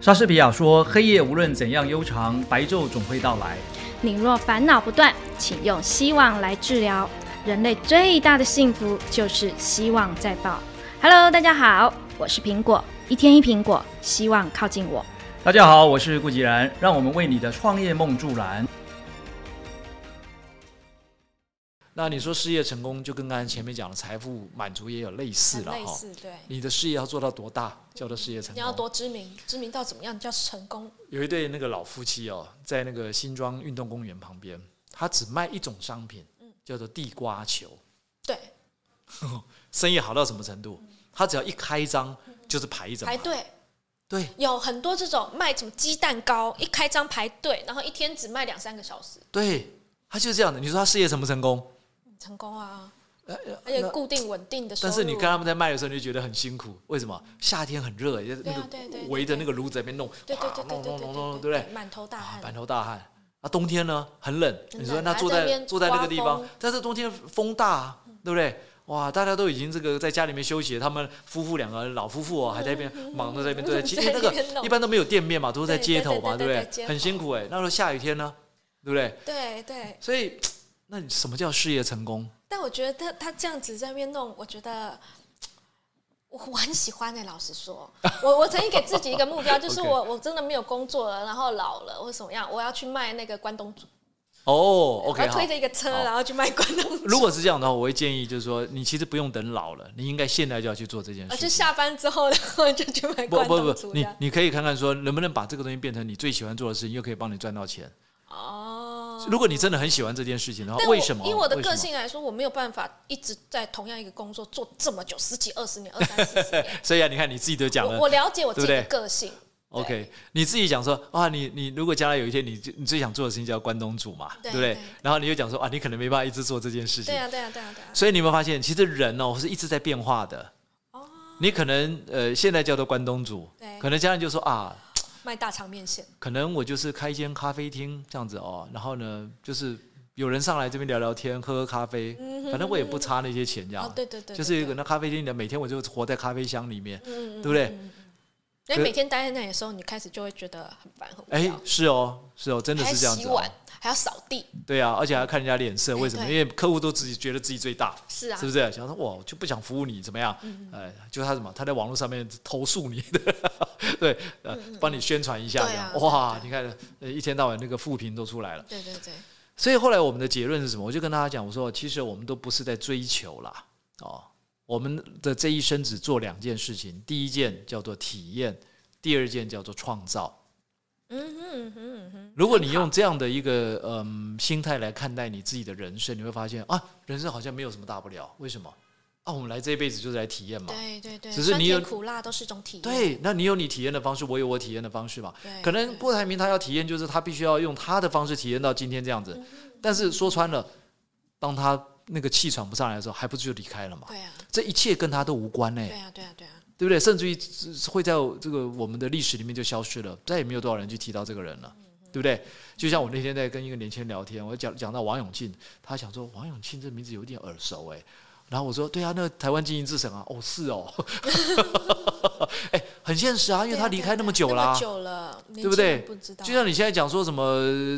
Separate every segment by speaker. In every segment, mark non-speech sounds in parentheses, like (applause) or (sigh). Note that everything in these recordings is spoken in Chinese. Speaker 1: 莎士比亚说：“黑夜无论怎样悠长，白昼总会到来。
Speaker 2: 你若烦恼不断，请用希望来治疗。人类最大的幸福就是希望在爆。Hello，大家好，我是苹果，一天一苹果，希望靠近我。”
Speaker 1: 大家好，我是顾吉然，让我们为你的创业梦助
Speaker 3: (laughs)
Speaker 1: 燃。
Speaker 4: 那你说事业成功，就跟刚才前面讲的财富满足也有类似了
Speaker 3: 类
Speaker 4: 哈。嗯
Speaker 3: 似对，
Speaker 4: 你的事业要做到多大，叫做事业成
Speaker 3: 你要
Speaker 4: 功？
Speaker 3: 多知名，知名到怎么样叫成功？
Speaker 4: 有一对那个老夫妻哦，在那个新庄运动公园旁边，他只卖一种商品，
Speaker 3: 嗯
Speaker 4: 叫做地瓜球，
Speaker 3: 对，
Speaker 4: 生意好到什么程度？他只要一开张就是排一整
Speaker 3: 嗯排
Speaker 4: 排，
Speaker 3: 队
Speaker 4: 对
Speaker 3: 有很多这种卖什么鸡蛋糕，一开张排队，然后一天只卖两三个小时，
Speaker 4: 对，他就是这样的。你说他事业成不成功？
Speaker 3: 成功啊！
Speaker 4: 呃
Speaker 3: 而且
Speaker 4: 那
Speaker 3: 固定稳定的收
Speaker 4: 但
Speaker 3: 入。
Speaker 4: 是你看他们在卖的时候，你就觉得很辛苦，为什么？夏天很热，也那
Speaker 3: 对啊对对
Speaker 4: 个
Speaker 3: 对
Speaker 4: 围着那个炉子在那边弄，
Speaker 3: 对对
Speaker 4: 哗
Speaker 3: 对对
Speaker 4: 弄
Speaker 3: 对
Speaker 4: 啊弄
Speaker 3: 对
Speaker 4: 弄弄，
Speaker 3: 对
Speaker 4: 对不对？
Speaker 3: 满头大
Speaker 4: 啊，满
Speaker 3: 汗，
Speaker 4: 头大汗。啊，冬天呢很冷，
Speaker 3: 很
Speaker 4: 你说
Speaker 3: 冷
Speaker 4: 那
Speaker 3: 还
Speaker 4: 坐
Speaker 3: 在那
Speaker 4: 在
Speaker 3: 边
Speaker 4: 坐在那个
Speaker 3: 刮
Speaker 4: 地方
Speaker 3: 风，
Speaker 4: 但是冬天风大、啊，对不对？哇，大家都已经这个在家里面休息，他们夫妇两个老夫
Speaker 3: 嗯
Speaker 4: 妇哦，还在那边忙着在那边对，其实
Speaker 3: 在
Speaker 4: 那
Speaker 3: 那
Speaker 4: 个
Speaker 3: 边弄
Speaker 4: 一般都没有店面嘛，都是在
Speaker 3: 对
Speaker 4: 街
Speaker 3: 对
Speaker 4: 头
Speaker 3: 对
Speaker 4: 嘛，
Speaker 3: 对
Speaker 4: 不
Speaker 3: 对
Speaker 4: 对？
Speaker 3: 街
Speaker 4: 很辛苦哎。那时候下雨天呢，对不对？
Speaker 3: 对对。
Speaker 4: 所以，那你什么叫事业成功？
Speaker 3: 但我觉得他他这样子在那边弄，我觉得。我我很喜欢呢、欸老
Speaker 4: (laughs)
Speaker 3: 实说，我我曾经给自己一个目标，就是
Speaker 4: OK
Speaker 3: 我我真的没有工作了，然后老了或什么样，我要去卖那个关东煮，
Speaker 4: 哦
Speaker 3: 我
Speaker 4: ，OK
Speaker 3: 要
Speaker 4: 好
Speaker 3: 推。着一个车，
Speaker 4: 好
Speaker 3: 然后去卖关东煮。
Speaker 4: 如果是这样的话，我会建议就是说，你其实不用等老了，你应该现在就要去做这件
Speaker 3: 啊，
Speaker 4: 事
Speaker 3: 就
Speaker 4: 情。
Speaker 3: 下班之后，然后就去 (laughs) 买
Speaker 4: 不
Speaker 3: 关
Speaker 4: 不
Speaker 3: 东
Speaker 4: 不，
Speaker 3: 煮
Speaker 4: 你
Speaker 3: 的。
Speaker 4: 你可以看看说能不能把这个东西变成你最喜欢做的事情，又可以帮你赚到钱。
Speaker 3: 哦，
Speaker 4: 如果你真的很喜欢这件事情的话，
Speaker 3: 但我
Speaker 4: 为什么？
Speaker 3: 以我的
Speaker 4: 为什
Speaker 3: 个
Speaker 4: 么
Speaker 3: 性来说，我没有办法一直在同样一个工作做这么久，十几、二十年、二三十年。
Speaker 4: 所以啊，你看你自己都 (laughs) 讲
Speaker 3: 我
Speaker 4: 了
Speaker 3: 我了解我自己
Speaker 4: 对
Speaker 3: 的
Speaker 4: 不
Speaker 3: 个性，
Speaker 4: o k 你自己讲说啊，你你如果将来有一天你你最想做的事情叫关东煮嘛，对
Speaker 3: 对
Speaker 4: 不对
Speaker 3: 对？
Speaker 4: 然后你又讲说啊，你可能没办法一直做这件事情
Speaker 3: 对，啊，对啊，对啊，对啊。
Speaker 4: 所以你有没有发现，其实人哦是一直在变化的。你可能呃现在叫做关东煮，
Speaker 3: 哦对
Speaker 4: 可能将来就说啊，
Speaker 3: 卖大肠面线，
Speaker 4: 可能我就是开一间咖啡厅这样子哦，然后呢，就是有人上来这边聊聊天，喝喝咖啡，
Speaker 3: 嗯
Speaker 4: 反正我也不差那些钱，这样。
Speaker 3: 哦，对对对，对
Speaker 4: 啊就是有一个
Speaker 3: 对
Speaker 4: 那咖啡厅的，每天我就活在咖啡香里面，
Speaker 3: 嗯嗯
Speaker 4: 对
Speaker 3: 嗯
Speaker 4: 不对？
Speaker 3: 因为每天待在那里的时候，你开始就会觉得很烦、很无
Speaker 4: 哎
Speaker 3: 聊，，
Speaker 4: 是哦，是哦，真的
Speaker 3: 啊还要
Speaker 4: 是这样子、
Speaker 3: 洗
Speaker 4: 哦
Speaker 3: 碗，，还要扫地，
Speaker 4: 对啊，而且还要看人家脸色，
Speaker 3: 哎
Speaker 4: 为什么？因为
Speaker 3: 对
Speaker 4: 客户都自己觉得自己最大，
Speaker 3: 是啊嗯
Speaker 4: 是不是？想说哇，我就不想服务你，怎么样？哎，就他什么，他在网络上面投诉你的， (laughs) 对，呃，帮你宣传一下，
Speaker 3: 嗯对啊
Speaker 4: 这样
Speaker 3: 对
Speaker 4: 哇，
Speaker 3: 对
Speaker 4: 你看，呃一天到晚那个负评都出来了。
Speaker 3: 对对对，
Speaker 4: 所以后来我们的结论是什么？我就跟大家讲，我说其实我们都不是在追求啦，哦，我们的这一生只做两件事情，第一件叫做体验，第二件叫做创造。
Speaker 3: 嗯哼嗯哼嗯哼，
Speaker 4: 如果你用这样的一个嗯心态来看待你自己的人生，你会发现啊，人生好像没有什么大不了。为什么？啊，我们来这一辈子就是来体验嘛。
Speaker 3: 对对对，
Speaker 4: 啊只是
Speaker 3: 酸
Speaker 4: 你有
Speaker 3: 甜苦辣都是一种体验，
Speaker 4: 对，那你有你体验的方式，我有我体验的方式嘛
Speaker 3: 哎对。
Speaker 4: 可能郭台铭他要体验，就是他必须要用他的方式体验到今天这样
Speaker 3: 嗯
Speaker 4: 子。但是说穿了，当他那个气喘不上来的时候，还不是就离开了嘛？
Speaker 3: 对啊，
Speaker 4: 这一切跟他都无关呢、哎
Speaker 3: 对啊，对啊，对啊，
Speaker 4: 对不对？甚至于呃会在这个我们的历史里面就消失了，再也没有多少人去提到这个人了，
Speaker 3: 嗯
Speaker 4: 对不对？就像我那天在跟一个年轻人聊天，我讲讲到王永庆，他想说王永庆这名字有点耳熟哎，然后我说对啊，那个台湾经营之神啊，哦是哦， (laughs) 哎，很现实啊，因为
Speaker 3: 对啊
Speaker 4: 他离开那么久
Speaker 3: 对
Speaker 4: 啦、
Speaker 3: 啊那么久了，
Speaker 4: 对
Speaker 3: 对
Speaker 4: 不对？
Speaker 3: 不知道，
Speaker 4: 就像你现在讲说什么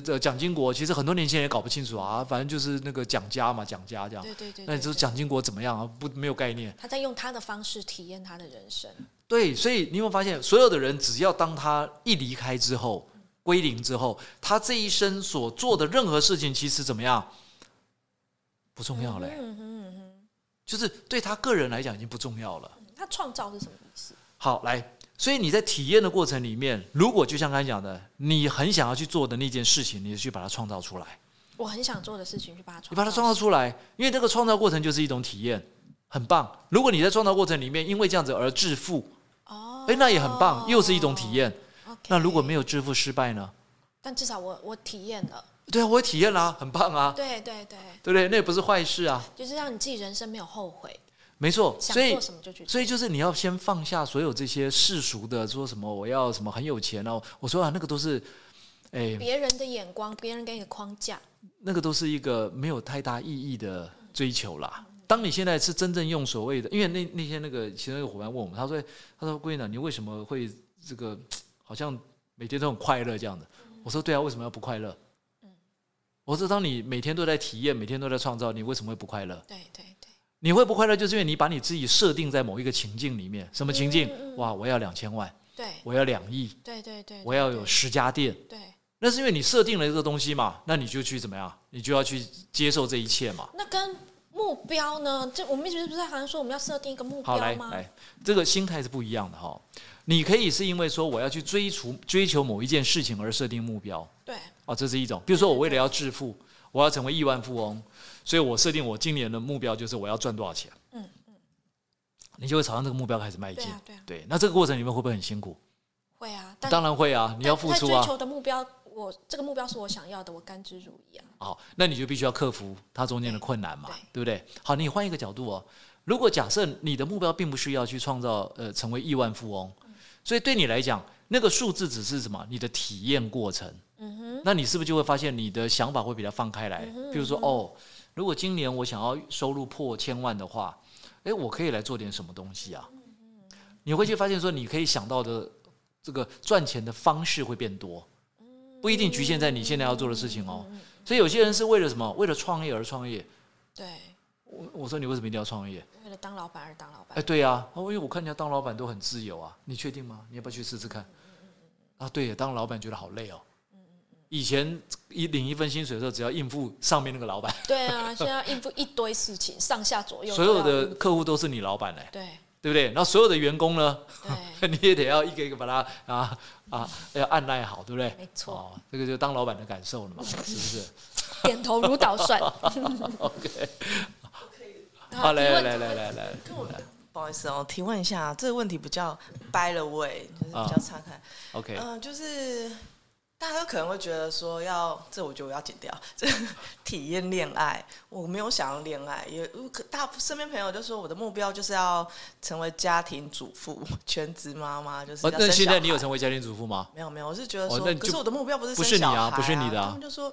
Speaker 4: 呃蒋经国，其实很多年轻人也搞不清楚啊，反正就是那个蒋家嘛，蒋家这样。
Speaker 3: 对对对，
Speaker 4: 那你
Speaker 3: 对嗯
Speaker 4: 说
Speaker 3: 对
Speaker 4: 蒋经国怎么样啊？不没有概念。
Speaker 3: 他在用他的方式体验他的人生，
Speaker 4: 对，所以你有没有发现，所有的人只要当他一离开之后，归零之后，他这一生所做的任何事情，其实怎么样不重要嘞、
Speaker 3: 嗯哼嗯哼，
Speaker 4: 就是对他个人来讲已经不重要了。
Speaker 3: 他创造是什么意思？
Speaker 4: 好，来，所以你在体验的过程里面，如果就像刚才讲的，你很想要去做的那件事情，你就去把它创造出来，
Speaker 3: 我很想做的事情，去把它创，
Speaker 4: 你把它创造，出来，因为这个创造过程就是一种体验，很棒。如果你在创造过程里面因为这样子而致富，
Speaker 3: 哦，
Speaker 4: 哎，那也很棒，又是一种体验。
Speaker 3: OK。
Speaker 4: 那如果没
Speaker 3: 有，
Speaker 4: 有致富失败呢？
Speaker 3: 但至少我我体验了，
Speaker 4: 对啊，我也体验啦、很棒啊，
Speaker 3: 对对对，
Speaker 4: 对不对？那也不是坏事啊，
Speaker 3: 就是让你自己人生没有后悔，
Speaker 4: 没错。
Speaker 3: 想
Speaker 4: 所以
Speaker 3: 做，什么就去做。
Speaker 4: 所以就是你要先放下所有这些世俗的，说什么我要什么很有钱哦、我说啊，那个都是，哎，
Speaker 3: 别人的眼光，别人给你的框架，
Speaker 4: 那个都是一个没有太大意义的追求啦。当你现在是真正用所哎啊谓的，因为那那些那个其中一个伙伴问我们，他说，他说郭院长，你为什么会这个？好像每天都很快乐这样的。
Speaker 3: 嗯
Speaker 4: 我说对啊，为什么要不快乐？我说当你每天都在体验，每天都在创造，你为什么会不快乐？
Speaker 3: 对对对，
Speaker 4: 你会不快乐，就是因为你把你自己设定在某一个情境里面。什么情境？
Speaker 3: 嗯嗯嗯
Speaker 4: 哇，我要两千万，
Speaker 3: 对
Speaker 4: 我要两亿，
Speaker 3: 对对对，
Speaker 4: 我要有十家店。
Speaker 3: 对。
Speaker 4: 那是因为你设定了这个东西嘛，那你就去怎么样？你就要去接受这一切嘛。
Speaker 3: 那跟目标呢？这我们一直不是好像说我们要设定一个目
Speaker 4: 好，来
Speaker 3: 标吗？
Speaker 4: 来，这个心态是不一样的哈、你可以是因为说我要去追逐追求某一件事情而设定目标
Speaker 3: 对
Speaker 4: 哦，这是一种。比如说我为了要致富，我要成为亿万富翁，所以我设定我今年的目标就是我要赚多少钱。
Speaker 3: 嗯
Speaker 4: 你就会朝向这个目标开始迈
Speaker 3: 对
Speaker 4: 进。
Speaker 3: 啊对啊
Speaker 4: 对，那这个过程里面会不会很辛苦？
Speaker 3: 会啊，但
Speaker 4: 当然会啊，你要
Speaker 3: 但
Speaker 4: 付
Speaker 3: 他
Speaker 4: 出
Speaker 3: 追
Speaker 4: 啊。
Speaker 3: 求的目标，我这个目标是我想要的，我甘之如饴啊。
Speaker 4: 好，那你就必须要克服它中间的困难嘛，对不对？好，你换一个角度哦。如果假设你的目标并不需要去创造呃成为亿万富翁，所以对你来讲，那个数字只是什么？你的体验过程。
Speaker 3: 嗯哼，
Speaker 4: 那你是不是就会发现你的想法会比较放开来？比如说哦，如果今年我想要收入破千万的话，诶，我可以来做点什么东西啊？你会去发现说，你可以想到的这个赚钱的方式会变多，不一定局限在你现在要做的事情哦。所以有些人是为了什么？为了创业而创业。
Speaker 3: 对，
Speaker 4: 我我说你为什么一定要创业？
Speaker 3: 为了当老板而当老板
Speaker 4: 哎，。对啊，哦因为我看人家当老板都很自由啊，你确定吗？你要不要去试试看？啊，对耶，当老板觉得好累哦。以前一领一份薪水的时候，只要应付上面那个老板，
Speaker 3: 对啊，现在要应付一堆事情，上下左右
Speaker 4: 所
Speaker 3: 都
Speaker 4: 有
Speaker 3: 要
Speaker 4: 的客户都是你老板嘞，
Speaker 3: 对
Speaker 4: 对不对？然后所有的员工呢， (laughs)
Speaker 3: 对，
Speaker 4: 你也得要一个一个把他啊啊要按耐好，对不对？
Speaker 3: 没错
Speaker 4: 哦，这个就是当老板的感受了嘛，是不是？
Speaker 3: 点头如捣蒜。
Speaker 4: OK (laughs) 好，
Speaker 3: 好
Speaker 4: 来
Speaker 3: 啊
Speaker 4: 来来
Speaker 3: 提问呃提
Speaker 4: 来
Speaker 3: 问
Speaker 4: 来来，
Speaker 5: 不好意思哦，提问一下，这个问题比较掰了位，就是
Speaker 4: 啊
Speaker 5: 比较岔开。
Speaker 4: ，OK，
Speaker 5: 嗯、就是大家可能会觉得说要，这我觉得我要剪掉， (laughs) 这体验恋爱，我没有想要恋爱，也可大身边朋友就说我的目标就是要成为家庭主妇、全职妈妈，就是
Speaker 4: 哦
Speaker 5: 要，生
Speaker 4: 那现在
Speaker 5: 小
Speaker 4: 你有
Speaker 5: 孩
Speaker 4: 成为家庭主妇吗？
Speaker 5: 没有没有，我是觉得
Speaker 4: 哦
Speaker 5: 说，
Speaker 4: 那你
Speaker 5: 可
Speaker 4: 就是
Speaker 5: 我的目标不是
Speaker 4: 不
Speaker 5: 生
Speaker 4: 是你
Speaker 5: 小
Speaker 4: 啊
Speaker 5: 孩
Speaker 4: 不是你的啊
Speaker 5: 他们就说，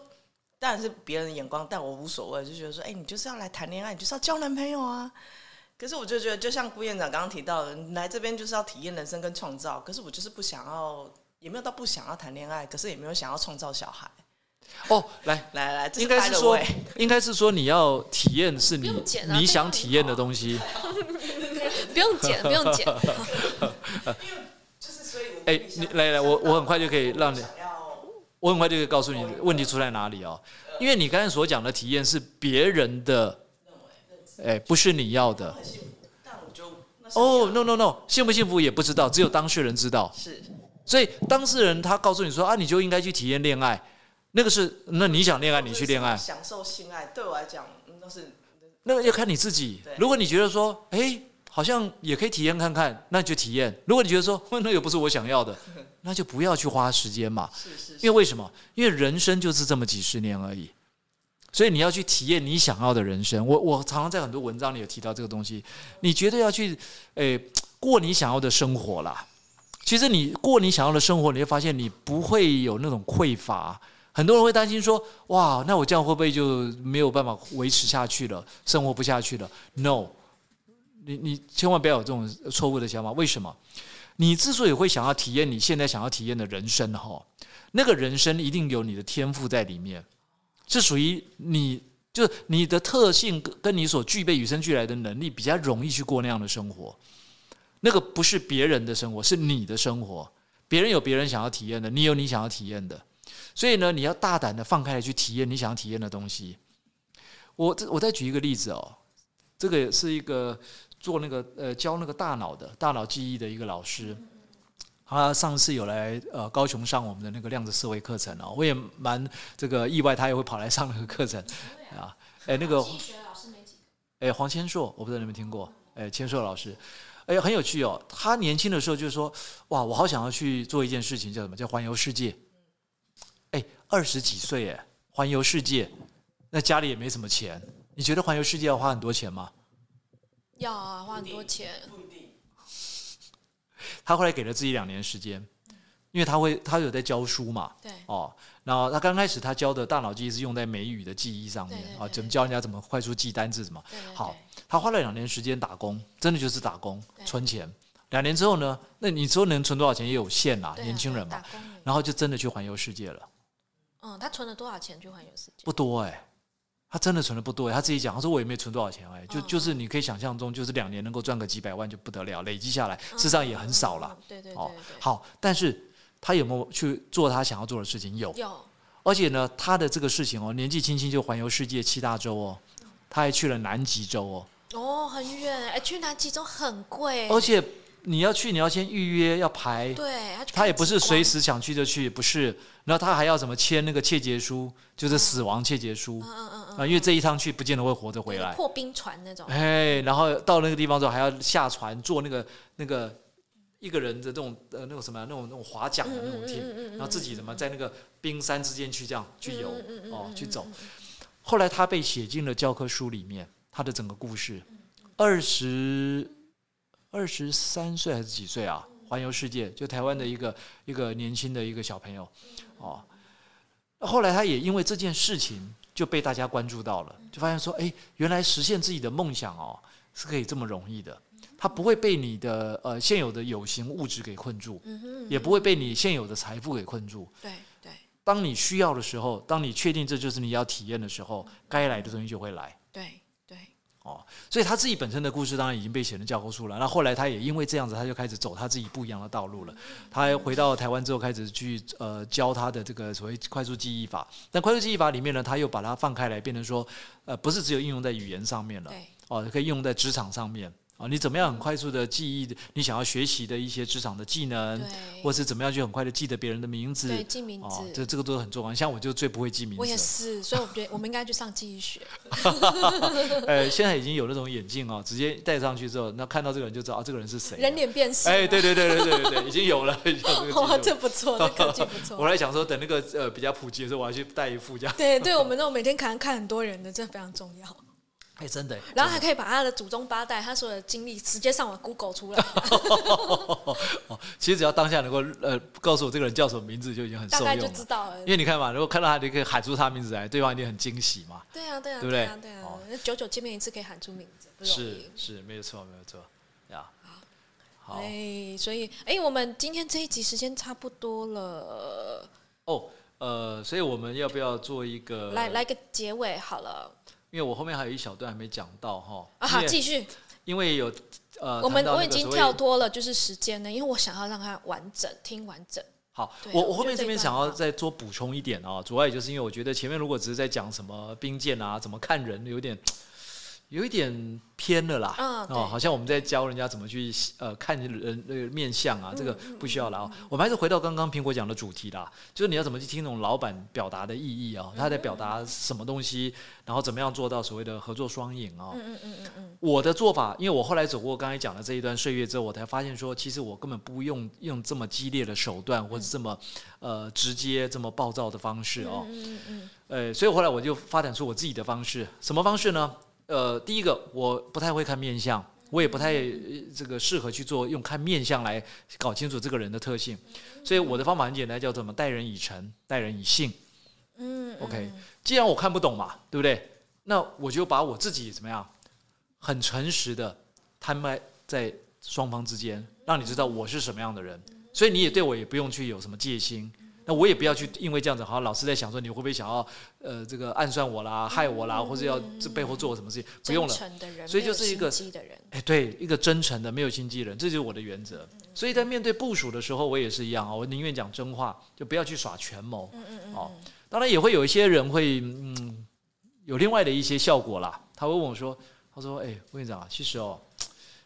Speaker 5: 当然是别人的眼光，但我无所谓，就觉得说，哎、你就是要来谈恋爱，你就是要交男朋友啊。可是我就觉得，就像顾院长刚刚提到的，你来这边就是要体验人生跟创造。可是我就是不想要，也没有到不想要谈恋爱，可是也没有想要创造小孩。
Speaker 4: 哦，来，
Speaker 5: 来来，这
Speaker 4: 应该
Speaker 5: 掰
Speaker 4: 是
Speaker 5: 了
Speaker 4: 说
Speaker 5: (laughs) 位，
Speaker 4: 应该是说你要体验是你
Speaker 3: 不用剪啊
Speaker 4: 你
Speaker 3: 这
Speaker 4: 想
Speaker 3: 样
Speaker 4: 体
Speaker 3: 很
Speaker 4: 验
Speaker 3: 好
Speaker 4: 的东西。
Speaker 3: 不用剪，不用
Speaker 4: (laughs)
Speaker 3: 剪。
Speaker 5: 就是所以我
Speaker 4: 哎
Speaker 5: 想
Speaker 4: 你来来我我很快就可以让你
Speaker 5: 想要
Speaker 4: 我很快就可以告诉你问题出在哪里哦，因为你刚才所讲的体验是别人的，哎，不是你要的。
Speaker 5: 但我就那是
Speaker 4: 哦、n o no no，幸不幸福也不知道，只有当事人知道。
Speaker 5: 是
Speaker 4: 所以当事人他告诉你说啊，你就应该去体验恋爱，那个是那你想恋爱你去恋爱，
Speaker 5: 享受性爱，对我来讲嗯那是
Speaker 4: 那个要看你自己
Speaker 5: 对。
Speaker 4: 如果你觉得说，哎，好像也可以体验看看，那你就体验；如果你觉得说， (laughs) 哼那又不是我想要
Speaker 5: (laughs)
Speaker 4: 的，那就不要去花时间嘛。
Speaker 5: 是是是
Speaker 4: 因为为什么？因为人生就是这么几十年而已，所以你要去体验你想要的人生。我我常常在很多文章里有提到这个东西，你绝对要去，诶、过你想要的生活啦。其实你过你想要的生活，你会发现你不会有那种匮乏。很多人会担心说：“哇，那我这样会不会就没有办法维持下去了，生活不下去了？”No，你你千万不要有这种错误的想法。为什么？你之所以会想要体验你现在想要体验的人生，哈，那个人生一定有你的天赋在里面，是属于你，就是你的特性跟跟你所具备与生俱来的能力比较容易去过那样的生活。那个不是别人的生活，是你的生活。别人有别人想要体验的，你有你想要体验的，所以呢，你要大胆的放开来去体验你想要体验的东西。我这我再举一个例子哦，这个是一个做那个呃教那个大脑的大脑记忆的一个老师，他上次有来呃高雄上我们的那个量子思维课程哦，我也蛮这个意外，他也会跑来上那个课程啊。哎，那个
Speaker 3: 医学老师没几个，
Speaker 4: 哎黄千硕，我不知道你们有没有听过哎千硕老师，哎很有趣哦。他年轻的时候就说哇，我好想要去做一件事情，叫什么叫环游世界？哎，二十几岁哎，环游世界，那家里也没什么钱，你觉得环游世界要花很多钱吗？
Speaker 3: 要啊，花很多钱。
Speaker 5: 不一定
Speaker 4: 他后来给了自己两年时间，因为他会他有在教书嘛，
Speaker 3: 对
Speaker 4: 哦，然后他刚开始他教的大脑记忆是用在美语的记忆上面
Speaker 3: 对对
Speaker 4: 啊，
Speaker 3: 对
Speaker 4: 怎么教人家怎么快速记单字什么。
Speaker 3: 对对对
Speaker 4: 好，他花了两年时间打工，真的就是打工
Speaker 3: 对
Speaker 4: 存钱。两年之后呢，那你说能存多少钱也有限啦，
Speaker 3: 对啊
Speaker 4: 年轻人
Speaker 3: 对
Speaker 4: 嘛
Speaker 3: 打。工女
Speaker 4: 然后就真的去环游世界了，
Speaker 3: 嗯，他存了多少钱去环游世界？
Speaker 4: 不多哎、他真的存的不多、欸，他自己讲，他说我也没存多少钱哎、就
Speaker 3: 嗯
Speaker 4: 就是你可以想象中，就是两年能够赚个几百万就不得了，累积下来，事实上也很少啦
Speaker 3: 嗯。。对对对
Speaker 4: 哦
Speaker 3: 对，对，
Speaker 4: 好，但是他有没有去做他想要做的事情？有，
Speaker 3: 有
Speaker 4: 而且呢，他的这个事情哦，年纪轻轻就环游世界七大洲哦，他还去了南极洲哦，
Speaker 3: 哦，很远，哎，去南极洲很贵，
Speaker 4: 而且你要去，你要先预约，要排，
Speaker 3: 对，要去
Speaker 4: 他
Speaker 3: 看
Speaker 4: 也不
Speaker 3: 极
Speaker 4: 是
Speaker 3: 光
Speaker 4: 随时想去就去，不是，然后他还要怎么签那个切结书，就是死亡切结书
Speaker 3: 嗯嗯嗯嗯，
Speaker 4: 啊，因为这一趟去不见得会活着回
Speaker 3: 那个
Speaker 4: 来，
Speaker 3: 破冰船那种，
Speaker 4: 哎，然后到那个地方之后还要下船坐那个那个一个人的这种呃那种什么呀那种那种划桨啊的那种艇，然后自己怎么在那个冰山之间去这样去游哦去走。后来他被写进了教科书里面，他的整个故事，二十二十三岁还是几岁啊？环游世界，就台湾的一个一个年轻的一个小朋友，哦，后来他也因为这件事情就被大家关注到了，就发现说，哎，原来实现自己的梦想哦是可以这么容易的，他不会被你的呃现有的有形物质给困住，
Speaker 3: 嗯哼，
Speaker 4: 也不会被你现有的财富给困住。
Speaker 3: 对对
Speaker 4: 当你需要的时候，当你确定这就是你要体验的时候，该来的东西就会来。
Speaker 3: 对对，
Speaker 4: 所以他自己本身的故事当然已经被写成教科书了。那后来他也因为这样子，他就开始走他自己不一样的道路了。他还回到台湾之后，开始去呃教他的这个所谓快速记忆法。但快速记忆法里面呢，他又把它放开来，变成说，呃，不是只有应用在语言上面了，
Speaker 3: 对
Speaker 4: 哦，可以应用在职场上面。哦，你怎么样很快速的记忆你想要学习的一些职场的技能，
Speaker 3: 对
Speaker 4: 或是怎么样去很快的记得别人的名字，
Speaker 3: 对，记名
Speaker 4: 哦，这
Speaker 3: 字。
Speaker 4: 这个都很重要。像我就最不会记名字
Speaker 3: 我也
Speaker 4: 了，
Speaker 3: 是，所以我觉得我们应该去上记忆
Speaker 4: 哎
Speaker 3: 学。
Speaker 4: 呃，现在已经有那种眼镜哦，直接戴上去之后，那看到这个人就知道啊，这个人是谁了。
Speaker 3: 人脸辨识， (laughs)
Speaker 4: 哎，对对对对对对对，已经有了， (laughs) 已经有这个技
Speaker 3: 哇，
Speaker 4: 术
Speaker 3: 这不错，这科技
Speaker 4: (laughs)
Speaker 3: 不
Speaker 4: 我
Speaker 3: 错。
Speaker 4: 来想说，等那个呃比较普及的时候，我要去带一副这样。
Speaker 3: 对，对我们那种每天看看很多人的，这非常重要。
Speaker 4: 哎，真的。
Speaker 3: (laughs) 然后还可以把他的祖宗八代、他所有的经历直接上网 Google 出来，
Speaker 4: 啊哦， (laughs) 其实只要当下能够呃告诉我这个人叫什么名字，就已经很
Speaker 3: 大
Speaker 4: 受
Speaker 3: 概
Speaker 4: 用
Speaker 3: 就知
Speaker 4: 了。
Speaker 3: 道了
Speaker 4: 因。为你看嘛，如果看到他，你可以喊出他名字来，对方一定很惊喜嘛。
Speaker 3: 对啊，对啊，
Speaker 4: 对不
Speaker 3: 对啊，
Speaker 4: 对
Speaker 3: 对啊
Speaker 4: 哦。
Speaker 3: 那久久见面一次可以喊出名字，不容
Speaker 4: 是
Speaker 3: 易。
Speaker 4: 是，没有错没有错呀。好
Speaker 3: 哎，所以哎，我们今天这一集时间差不多了，
Speaker 4: 哦，呃，所以我们要不要做一个？
Speaker 3: 来，来个结尾好了
Speaker 4: 因为我后面还有一小段还没讲到哈。
Speaker 3: 啊！
Speaker 4: 因
Speaker 3: 好，
Speaker 4: 为
Speaker 3: 继续。
Speaker 4: 因为有呃，
Speaker 3: 我们
Speaker 4: 谈到
Speaker 3: 我
Speaker 4: 那
Speaker 3: 已
Speaker 4: 个
Speaker 3: 经
Speaker 4: 所谓
Speaker 3: 跳脱了，就是时间了，因为我想要让它完整，听完整。
Speaker 4: 好，
Speaker 3: 对
Speaker 4: 我
Speaker 3: 我
Speaker 4: 我
Speaker 3: 觉
Speaker 4: 后
Speaker 3: 得
Speaker 4: 面
Speaker 3: 这
Speaker 4: 这
Speaker 3: 一
Speaker 4: 边
Speaker 3: 段
Speaker 4: 想
Speaker 3: 很
Speaker 4: 要
Speaker 3: 好
Speaker 4: 再多补充一点啊，主要也就是因为我觉得前面如果只是在讲什么兵谏啊、怎么看人，有点有一点偏了啦。
Speaker 3: 嗯对
Speaker 4: 哦，好像我们在教人家怎么去呃看人那个面相啊，这个
Speaker 3: 嗯
Speaker 4: 不需要了啊。我们还是回到刚刚苹果讲的主题啦，就是你要怎么去听懂老板表达的意义啊，他在表达
Speaker 3: 嗯
Speaker 4: 什么东西，然后怎么样做到所谓的合作双赢啊。
Speaker 3: 嗯嗯嗯嗯
Speaker 4: 我的做法，因为我后来走过刚才讲的这一段岁月之后，我才发现说，其实我根本不用用这么激烈的手段，或者这么呃直接、这么暴躁的方式哦。
Speaker 3: 嗯嗯
Speaker 4: 呃，所以后来我就发展出我自己的方式，什么方式呢？呃，第一个我不太会看面相，我也不太呃这个适合去做用看面相来搞清楚这个人的特性，所以我的方法很简单，叫做什么？待人以诚，待人以信。
Speaker 3: 嗯嗯
Speaker 4: OK，既然我看不懂嘛，对不对？那我就把我自己怎么样，很诚实的摊开在双方之间，让你知道我是什么样的人，所以你也对我也不用去有什么戒心。那我也不要去，因为这样子，好像老师在想说你会不会想要，呃，这个暗算我啦、害我啦，或者要这背后做我什么事情，不用了
Speaker 3: 嗯真。诚的人，
Speaker 4: 所以就是一个
Speaker 3: 没有心机的人。
Speaker 4: 哎，对，一个真诚的，没有心机的人，这就是我的原则。
Speaker 3: 嗯
Speaker 4: 所以在面对部署的时候，我也是一样啊，我宁愿讲真话，就不要去耍权谋。
Speaker 3: 嗯嗯嗯，
Speaker 4: 哦，当然也会有一些人会嗯有另外的一些效果啦。他会问我说：“他说，哎、我跟你讲啊，其实哦，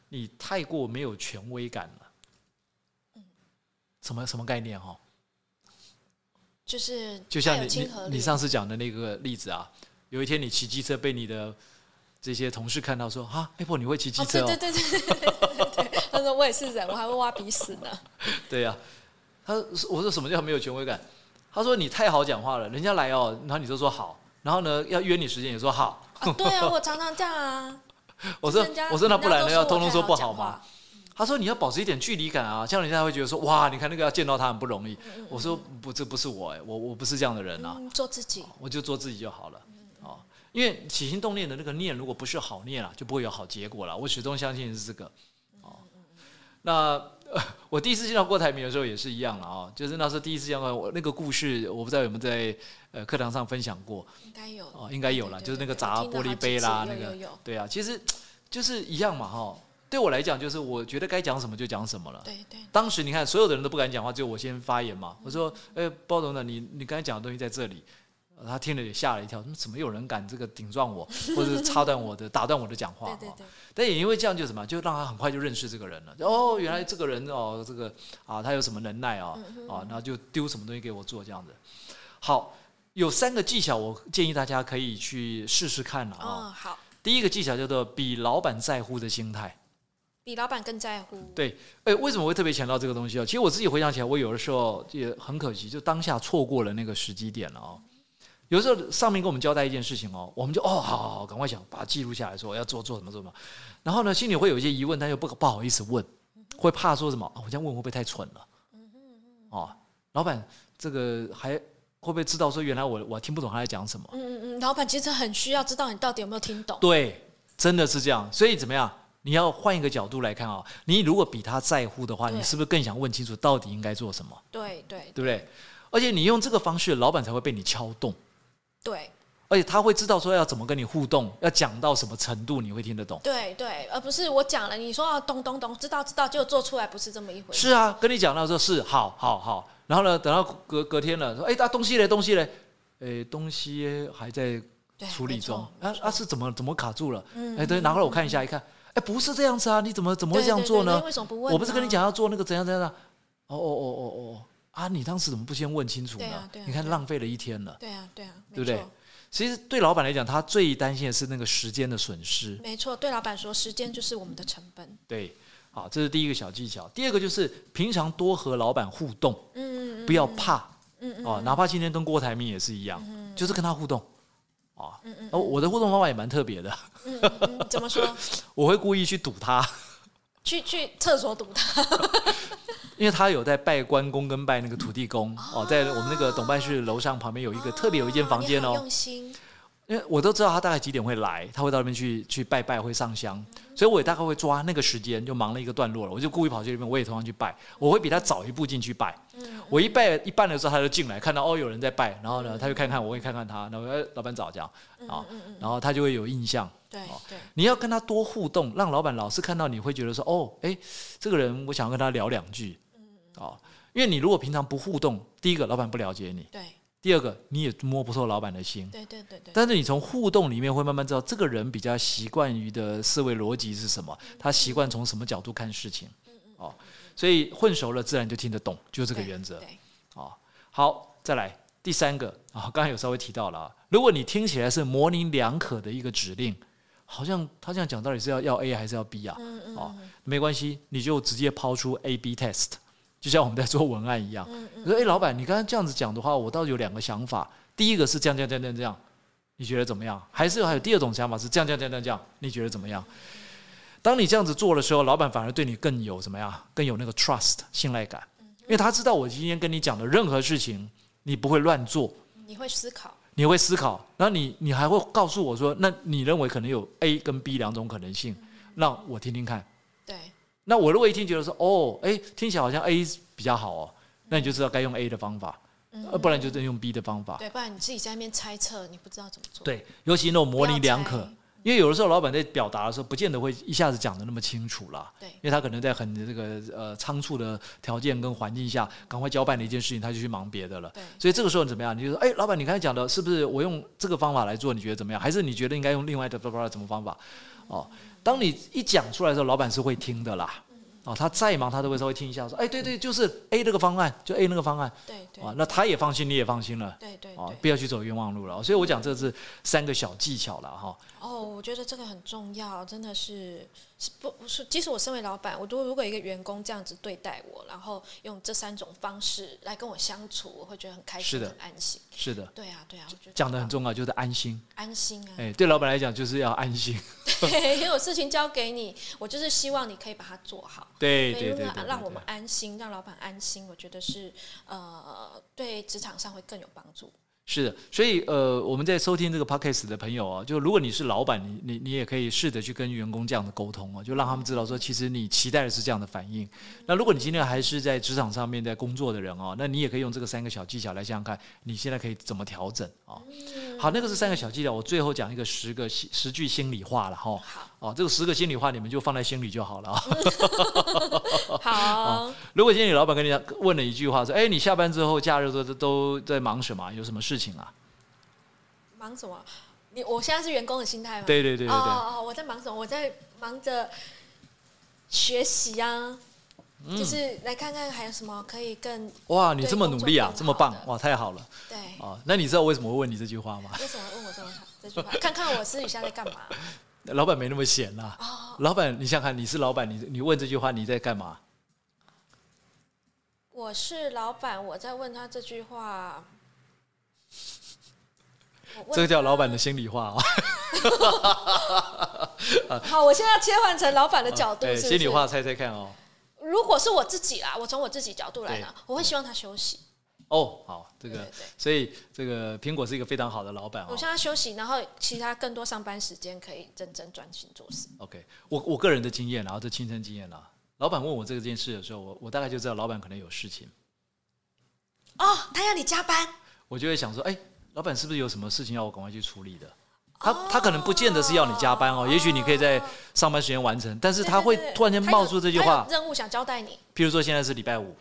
Speaker 4: 你太过没有权威感了。”
Speaker 3: 嗯
Speaker 4: 什么什么概念哦？
Speaker 3: 就是
Speaker 4: 就像你
Speaker 3: 太有亲和
Speaker 4: 你
Speaker 3: 力
Speaker 4: 你
Speaker 3: 了
Speaker 4: 上次讲的那个例子啊，有一天你骑机车被你的这些同事看到说：“啊，Apple 你会骑机
Speaker 3: 哦，
Speaker 4: 车
Speaker 3: 对
Speaker 4: 哦？”
Speaker 3: 对对对对对对，他说我也是人，我还会挖鼻屎呢。
Speaker 4: 对呀、他我说什么叫没有权威感？他说你太好讲话了，人家来哦，然后你就说好，然后呢要约你时间也说好，
Speaker 3: 啊，对啊，我常常这样啊。
Speaker 4: 我说
Speaker 3: 人家
Speaker 4: 我说那不然
Speaker 3: 人
Speaker 4: 呢？
Speaker 3: 家都
Speaker 4: 要通通说
Speaker 3: 说
Speaker 4: 不
Speaker 3: 我太
Speaker 4: 好
Speaker 3: 好讲
Speaker 4: 吗
Speaker 3: 话？
Speaker 4: 他说你要保持一点距离感啊，这样人家会觉得说哇，你看那个要见到他很不容易。我说不，这不是我哎、我我不是这样的人啊，
Speaker 3: 嗯，做自己。
Speaker 4: 我就做自己就好了哦。因为起心动念的那个念，如果不是好念啊，就不会有好结果了。我始终相信是这个哦。那、 (laughs) 呃我第一次见到郭台铭的时候也是一样了啊、就是那时候第一次见到我那个故事，我不知道有没有在呃课堂上分享过
Speaker 3: 应该有
Speaker 4: 哦，应该有了，
Speaker 3: 对对
Speaker 4: 就是那个
Speaker 3: 对对
Speaker 4: 砸
Speaker 3: 我听到
Speaker 4: 玻璃
Speaker 3: 好几
Speaker 4: 杯啦，
Speaker 3: 次
Speaker 4: 那
Speaker 3: 有
Speaker 4: 个
Speaker 3: 有有
Speaker 4: 对啊，其实就是一样嘛哈、对我来讲，就是我觉得该讲什么就讲什么了。
Speaker 3: 对对
Speaker 4: 当时你看，所有的人都不敢讲话，只有我先发言嘛。我说：“哎、包总长，你你刚才讲的东西在这里。”呃他听了也吓了一跳，嗯怎么有人敢这个顶撞
Speaker 3: (laughs)
Speaker 4: 我，或者是插断我的、打断我的讲话？
Speaker 3: 对对
Speaker 4: 哦
Speaker 3: 对，
Speaker 4: 但也因为这样，就什么，就让他很快就认识这个人了。哦，原来这个人哦，这个啊，他有什么能耐哦，
Speaker 3: 嗯
Speaker 4: 啊，然后就丢什么东西给我做这样子。好，有三个技巧，我建议大家可以去试试看了啊、
Speaker 3: 嗯，好，
Speaker 4: 第一个技巧叫做比老板在乎的心态。
Speaker 3: 比老板更在乎。
Speaker 4: 对，哎，为什么我会特别强调这个东西啊？其实我自己回想起来，我有的时候也很可惜，就当下错过了那个时机点了哦。有的时候上面跟我们交代一件事情哦，我们就哦，好好好，赶快想把它记录下来，说我要做做什么做什么。然后呢，心里会有一些疑问，但又不不好意思问，会怕说什么？啊我这样问会不会太蠢了？哦，老板，这个还会不会知道说原来我我听不懂他在讲什么？
Speaker 3: 嗯嗯嗯，老板其实很需要知道你到底有没有听懂。
Speaker 4: 对，真的是这样。所以怎么样？你要换一个角度来看啊、你如果比他在乎的话，
Speaker 3: 对
Speaker 4: 你是不是更想问清楚到底应该做什么，
Speaker 3: 对对
Speaker 4: 对不对？而且你用这个方式，老板才会被你敲动，
Speaker 3: 对
Speaker 4: 而且他会知道说要怎么跟你互动，要讲到什么程度你会听得懂。
Speaker 3: 对对，而不是我讲了，你说啊懂懂懂，知道知道，结果做出来不是这么一回事。
Speaker 4: 是啊，跟你讲到说是好好好，然后呢，等到隔隔天了，说哎，那、东西嘞，东西嘞，哎，东西还在
Speaker 3: 对
Speaker 4: 处理
Speaker 3: 没错
Speaker 4: 中，啊啊是怎么怎么卡住了？
Speaker 3: 嗯
Speaker 4: 哎，对，拿过来我看一下，一看，哎，不是这样子啊，你怎么怎么会
Speaker 3: 对
Speaker 4: 这样
Speaker 3: 对
Speaker 4: 做
Speaker 3: 对
Speaker 4: 呢
Speaker 3: 那？为什么不问？
Speaker 4: 我不是跟你，讲要做那个怎样怎样的？哦哦哦哦哦，啊，你当时怎么不先问清楚呢？
Speaker 3: 对啊对啊
Speaker 4: 你看
Speaker 3: 对啊
Speaker 4: 浪费了一天了。
Speaker 3: 对啊对啊，没
Speaker 4: 对不对
Speaker 3: 错
Speaker 4: 其实对老板来讲，他最担心的是那个时间的损失。
Speaker 3: 没错，对老板说，时间就是我们的成本。
Speaker 4: 对，好，这是第一个小技巧。第二个就是平常多和老板互动，
Speaker 3: 嗯嗯嗯，
Speaker 4: 不要怕
Speaker 3: 嗯嗯
Speaker 4: 哦，哪怕今天跟郭台铭也是一样，就是跟他互动。啊、
Speaker 3: 嗯嗯
Speaker 4: 哦，我的互动方法也蛮特别的， (laughs)
Speaker 3: 嗯嗯嗯，怎么说？
Speaker 4: 我会故意去堵他，
Speaker 3: 去去厕所堵他。
Speaker 4: 因为他有在拜关公跟拜那个土地公哦，在我们那个董办事楼上旁边有一个特别有一间房间
Speaker 3: 你
Speaker 4: 哦
Speaker 3: 好，用心。
Speaker 4: 因为我都知道他大概几点会来，他会到那边去去拜拜，会上香，所以我也大概会抓那个时间，就忙了一个段落了，我就故意跑去那边，我也同样去拜，我会比他早一步进去拜。我一拜一半的时候，他就进来，看到哦有人在拜，然后呢，他就看看我，我也看看他，然后哎老板早这样啊，然后他就会有印象。
Speaker 3: 对对，
Speaker 4: 你要跟他多互动，让老板老是看到你会觉得说哦，哎，这个人我想要跟他聊两句，哦，因为你如果平常不互动，第一个老板不了解你，
Speaker 3: 对
Speaker 4: 第二个你也摸不透老板的心。
Speaker 3: 对对对对，
Speaker 4: 但是你从互动里面会慢慢知道，这个人比较习惯于的思维逻辑是什么，他习惯从什么角度看事情，
Speaker 3: 嗯
Speaker 4: 哦，所以混熟了自然就听得懂，就这个
Speaker 3: 对
Speaker 4: 原则
Speaker 3: 对
Speaker 4: 哦。好，再来第三个啊、刚才有稍微提到了啊，如果你听起来是模棱两可的一个指令，好像他这样讲到底是要要 A 还是要 B 啊？
Speaker 3: 嗯嗯
Speaker 4: 哦，没关系，你就直接抛出 A B test，就像我们在做文案一样。
Speaker 3: 嗯
Speaker 4: 你说，哎，老板，你刚才这样子讲的话，我倒是有两个想法。第一个是这样这样这样这样这样，你觉得怎么样？还是还有第二种想法是这样这样这样这样这样，你觉得怎么
Speaker 3: 嗯
Speaker 4: 样？当你这样子做的时候，老板反而对你更有怎么样？更有那个 trust 信赖感，因为他知道我今天跟你讲的任何事情，你不会乱做，
Speaker 3: 嗯，你会思考。
Speaker 4: 你会思考，然后你你还会告诉我说，那你认为可能有 A 跟 B 两种可能性，让我听听看。
Speaker 3: 对
Speaker 4: 那我如果一听觉得说，哦，哎，听起来好像 A 比较好哦，那你就知道该用 A 的方法，呃不然就是用 B 的方法。
Speaker 3: 对，不然你自己在那边猜测，你不知道怎么做。
Speaker 4: 对，尤其那种模棱两
Speaker 3: 不要
Speaker 4: 可
Speaker 3: 猜，
Speaker 4: 因为有的时候老板在表达的时候，不见得会一下子讲的那么清楚啦。
Speaker 3: 对
Speaker 4: 因为他可能在很这个呃仓促的条件跟环境下，赶快交办了一件事情，他就去忙别的了。
Speaker 3: 对
Speaker 4: 所以这个时候你怎么样？你就说，哎，老板，你刚才讲的是不是我用这个方法来做？你觉得怎么样？还是你觉得应该用另外的巴拉巴拉什么方法？哦，当你一讲出来的时候，老板是会听的啦。哦，他再忙，他都会稍微听一下，说，哎，对对，就是 A 这个方案，就 A 那个方案。
Speaker 3: 对对
Speaker 4: 啊，那他也放心，你也放心了。
Speaker 3: 对对
Speaker 4: 啊，
Speaker 3: 对。
Speaker 4: 不要去走冤枉路了。哦所以我讲这是三个小技巧了哈。
Speaker 3: 哦，我觉得这个很重要，真的是是不不是？即使我身为老板，我都如果一个员工这样子对待我，然后用这三种方式来跟我相处，我会觉得很开
Speaker 4: 是
Speaker 3: 心，
Speaker 4: 的
Speaker 3: 很安心。
Speaker 4: 是的，
Speaker 3: 对啊，对啊，我觉得
Speaker 4: 讲的很
Speaker 3: 棒
Speaker 4: 重要，就是安心。
Speaker 3: 安心 (laughs) 啊。
Speaker 4: 哎，对老板来讲就是要安心。
Speaker 3: 对，有事情交给你，我就是希望你可以把它做好。
Speaker 4: 对
Speaker 3: 所以
Speaker 4: 对对
Speaker 3: 如果
Speaker 4: 对，
Speaker 3: 让我
Speaker 4: 对
Speaker 3: 们
Speaker 4: (laughs)
Speaker 3: 安心，让老板安心，我觉得是呃，对职场上会更有帮助。
Speaker 4: 是的，所以呃，我们在收听这个 podcast 的朋友啊，就如果你是老板，你你你也可以试着去跟员工这样的沟通啊，就让他们知道说，其实你期待的是这样的反应。那如果你今天还是在职场上面在工作的人哦、那你也可以用这个三个小技巧来想想看，你现在可以怎么调整啊、好，那个是三个小技巧，我最后讲一个十个心十句心里话了哈。哦，这个十个心里话你们就放在心里就好了啊。 (laughs) 哦
Speaker 3: 好，
Speaker 4: 如果今天你老板跟你讲问了一句话说，哎，你下班之后假日都都在忙什么啊？有什么事情啊？
Speaker 3: 忙什么？你我现在是员工的心态吗？
Speaker 4: 对对对对对。
Speaker 3: 哦哦哦，我在忙什么？我在忙着学习啊，
Speaker 4: 嗯
Speaker 3: 就是来看看还有什么可以更
Speaker 4: 哇，你这么努力啊，
Speaker 3: 对
Speaker 4: 这么棒
Speaker 3: 工作更好的
Speaker 4: 哇，太好了
Speaker 3: 对。
Speaker 4: 啊！那你知道为什么会问你这句话吗？ (laughs)
Speaker 3: 为什么问我这么这句话？看看我私底下在干嘛？
Speaker 4: 老板没那么闲啦、
Speaker 3: 哦
Speaker 4: 老板，你想想看，你是老板，你你问这句话你在干嘛？
Speaker 3: 我是老板，我在问他这句话。我问
Speaker 4: 这个叫
Speaker 3: 他
Speaker 4: 老板的心里话啊、
Speaker 3: 好，我现在要切换成老板的角度，
Speaker 4: (laughs) 哦对，
Speaker 3: 是不是
Speaker 4: 心里话。猜猜看哦。
Speaker 3: 如果是我自己啦，我从我自己角度来呢，我会希望他休息。
Speaker 4: 哦，好，这
Speaker 3: 对
Speaker 4: 个
Speaker 3: 对对，
Speaker 4: 所以这个苹果是一个非常好的老板哦
Speaker 3: 我。希望他休息，然后其他更多上班时间可以认真专心做事。
Speaker 4: OK，我我个人的经验啊，然后这亲身经验啦、老板问我这件事的时候，我我大概就知道老板可能有事情，
Speaker 3: 哦，他要你加班，
Speaker 4: 我就会想说，哎，老板是不是有什么事情要我赶快去处理的？他他可能不见得是要你加班哦，也许你可以在上班时间完成，但是他会
Speaker 3: 对对对
Speaker 4: 突然间
Speaker 3: 他有
Speaker 4: 冒出这句话
Speaker 3: 他，有任务想交代你，
Speaker 4: 譬如说现在是礼拜五，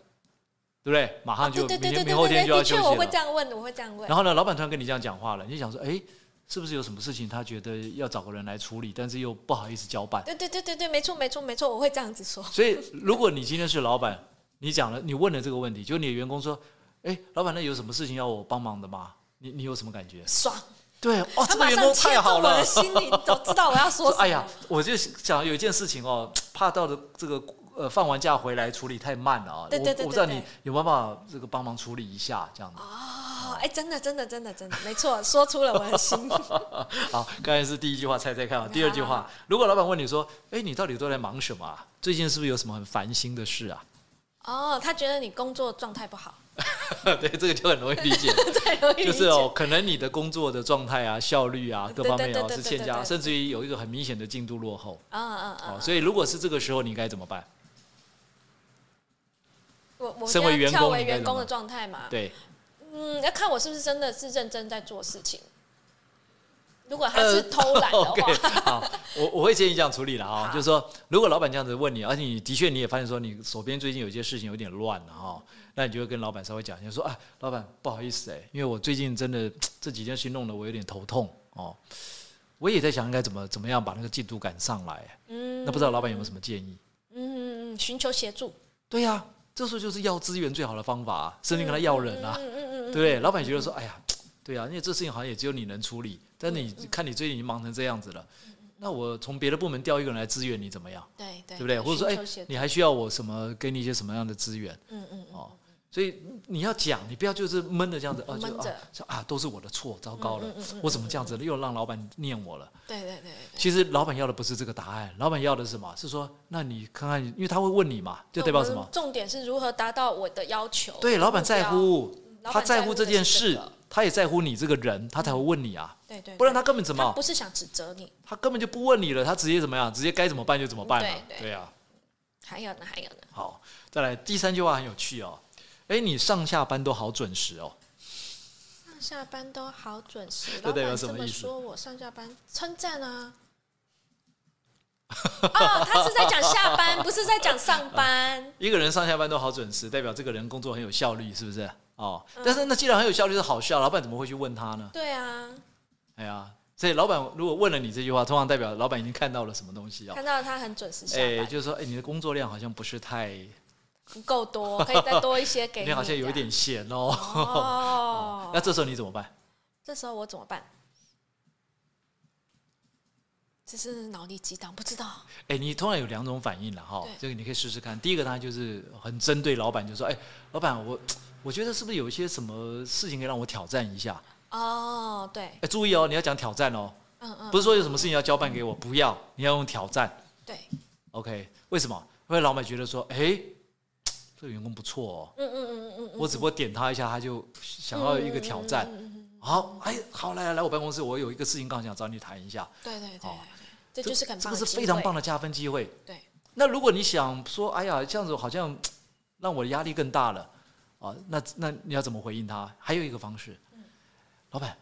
Speaker 4: 对不对？马上
Speaker 3: 对
Speaker 4: 就
Speaker 3: 啊对
Speaker 4: 明
Speaker 3: 对对
Speaker 4: 天
Speaker 3: 对
Speaker 4: 明后
Speaker 3: 对，
Speaker 4: 天就要
Speaker 3: 的
Speaker 4: 休
Speaker 3: 确
Speaker 4: 息
Speaker 3: 我会这
Speaker 4: 了。
Speaker 3: 样问，我会这样问
Speaker 4: 然。后呢，老板突然跟你这样讲话了，你就想说，哎，是不是有什么事情他觉得要找个人来处理，但是又不好意思交办？
Speaker 3: 对对对对对，没错没错没错，我会这样子说。
Speaker 4: 所以，如果你今天是老板，你讲了，你问了这个问题，就你的员工说，哎，老板，那有什么事情要我帮忙的吗？你你有什么感觉？
Speaker 3: 爽，
Speaker 4: 对，哦，
Speaker 3: 他
Speaker 4: 这个
Speaker 3: 马
Speaker 4: 员
Speaker 3: 上
Speaker 4: 工
Speaker 3: 切
Speaker 4: 太
Speaker 3: 中
Speaker 4: 好
Speaker 3: 我
Speaker 4: 了
Speaker 3: 的。心里，都知道我要
Speaker 4: (laughs) 说
Speaker 3: 说什么。
Speaker 4: 哎呀，我就想有一件事情哦，怕到的这个呃放完假回来处理太慢了啊、
Speaker 3: 对对对
Speaker 4: 我我不知道
Speaker 3: 对对
Speaker 4: 你有没有办法这个帮忙处理一下这样子。
Speaker 3: 哦，哎，真的真的真的真的，没错，说出了我
Speaker 4: (laughs)
Speaker 3: 的心。
Speaker 4: 好，刚才是第一句话猜猜看啊，第二句
Speaker 3: 好
Speaker 4: 话，如果老板问你说，哎，你到底都在忙什么、啊？最近是不是有什么很烦心的事啊？ (laughs)
Speaker 3: 哦，他觉得你工作状态不好，
Speaker 4: 对，这个就很容易理
Speaker 3: (laughs)
Speaker 4: 解。
Speaker 3: 太容易理
Speaker 4: 就
Speaker 3: 解
Speaker 4: 是哦，可能你的工作的状态啊、效率啊各
Speaker 3: 对
Speaker 4: 方
Speaker 3: 对
Speaker 4: 面
Speaker 3: 对
Speaker 4: 啊
Speaker 3: 对
Speaker 4: 是
Speaker 3: 对
Speaker 4: 欠
Speaker 3: 对
Speaker 4: 佳，
Speaker 3: 对
Speaker 4: 甚至于有一个很明显的进度落后
Speaker 3: 啊啊啊！
Speaker 4: 哦。
Speaker 3: 嗯
Speaker 4: 所以如果是这个时候，你该怎么办？
Speaker 3: 我我
Speaker 4: 身
Speaker 3: 现
Speaker 4: 为
Speaker 3: 在
Speaker 4: 员
Speaker 3: 跳
Speaker 4: 工
Speaker 3: 为
Speaker 4: 你该
Speaker 3: 员
Speaker 4: 怎
Speaker 3: 工
Speaker 4: 么
Speaker 3: 的状态嘛，
Speaker 4: 对，
Speaker 3: 嗯，要看我是不是真的是认真在做事情。如果他是偷懒的
Speaker 4: 呃 (laughs) OK，
Speaker 3: 话，
Speaker 4: 好，我我会建议这样处理了啊、
Speaker 3: 好
Speaker 4: 就是说，如果老板这样子问你，而且你的确你也发现说你手边最近有一些事情有点乱了哈、那你就会跟老板稍微讲一下，说啊，老板不好意思哎、因为我最近真的这几件事情弄得我有点头痛哦，我也在想应该怎么怎么样把那个进度赶上来，
Speaker 3: 嗯，
Speaker 4: 那不知道老板有没有什么建议？
Speaker 3: (laughs) 嗯，嗯嗯，寻求协助，
Speaker 4: 对呀、这时候就是要资源最好的方法、啊，甚至跟他要人啊，
Speaker 3: 嗯嗯嗯
Speaker 4: 对不对？老板觉得说，哎呀，对啊，因为这事情好像也只有你能处理，但你看你最近已经忙成这样子了，
Speaker 3: 嗯
Speaker 4: 那我从别的部门调一个人来支援你怎么样？
Speaker 3: 对
Speaker 4: 对
Speaker 3: 对，
Speaker 4: 不对？或者说，
Speaker 3: 寻求协
Speaker 4: 哎，
Speaker 3: 助
Speaker 4: 你还需要我什么？给你一些什么样的资源？
Speaker 3: 嗯嗯嗯，
Speaker 4: 哦，所以你要讲，你不要就是闷的这样子，哦，就
Speaker 3: 闷
Speaker 4: 啊
Speaker 3: 着
Speaker 4: 说啊，都是我的错，糟糕了
Speaker 3: 嗯嗯嗯嗯，
Speaker 4: 我怎么这样子，又让老板念我了。
Speaker 3: 对对对对对。
Speaker 4: 其实老板要的不是这个答案，老板要的是什么？是说，那你看看，因为他会问你嘛，就代表什
Speaker 3: 那我
Speaker 4: 么
Speaker 3: 们？重点是如何达到我的要求。
Speaker 4: 对，老板在
Speaker 3: 目标。
Speaker 4: 乎，
Speaker 3: 老
Speaker 4: 他
Speaker 3: 板在
Speaker 4: 在
Speaker 3: 乎
Speaker 4: 乎
Speaker 3: 的嗯
Speaker 4: 这
Speaker 3: 是
Speaker 4: 件
Speaker 3: 这
Speaker 4: 事
Speaker 3: 个，
Speaker 4: 他也在乎你这个人，他才会问你啊，
Speaker 3: 对对，
Speaker 4: 不然
Speaker 3: 对
Speaker 4: 他根本怎
Speaker 3: 他
Speaker 4: 么
Speaker 3: 不，是想指责你。
Speaker 4: 他根本就不问你了，他直接怎么样，直接该怎么办就怎么办了
Speaker 3: 对，对
Speaker 4: 对啊。
Speaker 3: 还有呢，还有呢，
Speaker 4: 好，再来第三句话很有趣哦，哎，你上下班都好准时哦，
Speaker 3: 上下班都好准时。
Speaker 4: 这
Speaker 3: 老
Speaker 4: 代表
Speaker 3: 板
Speaker 4: 什
Speaker 3: 这
Speaker 4: 么
Speaker 3: 么
Speaker 4: 意思
Speaker 3: 说，我上下班称赞啊。哦，他是在讲下班，不是在讲上班。
Speaker 4: 一个人上下班都好准时，代表这个人工作很有效率，是不是？哦，
Speaker 3: 嗯
Speaker 4: 但是那既然很有效率是好事啊，老板怎么会去问他呢？
Speaker 3: 对啊，
Speaker 4: 哎呀，所以老板如果问了你这句话，通常代表老板已经看到了什么东西哦。
Speaker 3: 看到他很准时下
Speaker 4: 哎，
Speaker 3: 班，
Speaker 4: 就是说，哎，你的工作量好像不是太，
Speaker 3: 不够多，可以再多一些给
Speaker 4: 你好像
Speaker 3: 这
Speaker 4: 有
Speaker 3: 样
Speaker 4: 一点闲哦。 (laughs)
Speaker 3: 哦
Speaker 4: 那。这时候你怎么办？
Speaker 3: 这时候我怎么办？这是脑力激荡，不知道。
Speaker 4: 哎、你通常有两种反应了哈
Speaker 3: 对，
Speaker 4: 这个你可以试试看。第一个当然就是很针对老板，就说：“哎、老板，我我觉得是不是有一些什么事情可以让我挑战一下？”
Speaker 3: 哦，对
Speaker 4: 哎、，注意哦，你要讲挑战哦，
Speaker 3: 嗯嗯，
Speaker 4: 不是说有什么事情要交办给我，不要，你要用挑战。
Speaker 3: 对，
Speaker 4: OK，为什么？因为老板觉得说：“哎、这个员工不错哦，
Speaker 3: 嗯嗯嗯嗯嗯嗯，
Speaker 4: 我只不过点他一下，他就想要有一个挑战。
Speaker 3: 嗯嗯嗯嗯
Speaker 4: 好，哎，好，来来来，我办公室，我有一个事情刚想找你谈一下，
Speaker 3: 对对对对
Speaker 4: 哦，
Speaker 3: 这就是很
Speaker 4: 这
Speaker 3: 棒
Speaker 4: 个
Speaker 3: 的
Speaker 4: 是
Speaker 3: 机
Speaker 4: 非常
Speaker 3: 会
Speaker 4: 棒的加分机会。
Speaker 3: 对，
Speaker 4: 那如果你想说，哎呀，这样子好像让我的压力更大了啊，那那你要怎么回应他？还有一个方式，
Speaker 3: 嗯
Speaker 4: 老板，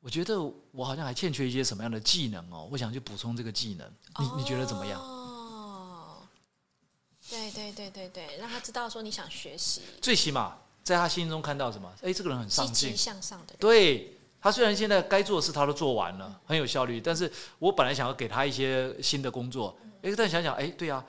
Speaker 4: 我觉得我好像还欠缺一些什么样的技能哦，我想去补充这个技能，你你觉得怎么样？
Speaker 3: 哦，对对对对对，让他知道说你想学习，
Speaker 4: 最起码在他心中看到什么？哎，这个人很
Speaker 3: 积
Speaker 4: 上进
Speaker 3: 极，向上的人。
Speaker 4: 对他虽然现在该做的事他都做完了，很有效率，但是我本来想要给他一些新的工作，
Speaker 3: 嗯
Speaker 4: 诶，但想想，诶，对啊，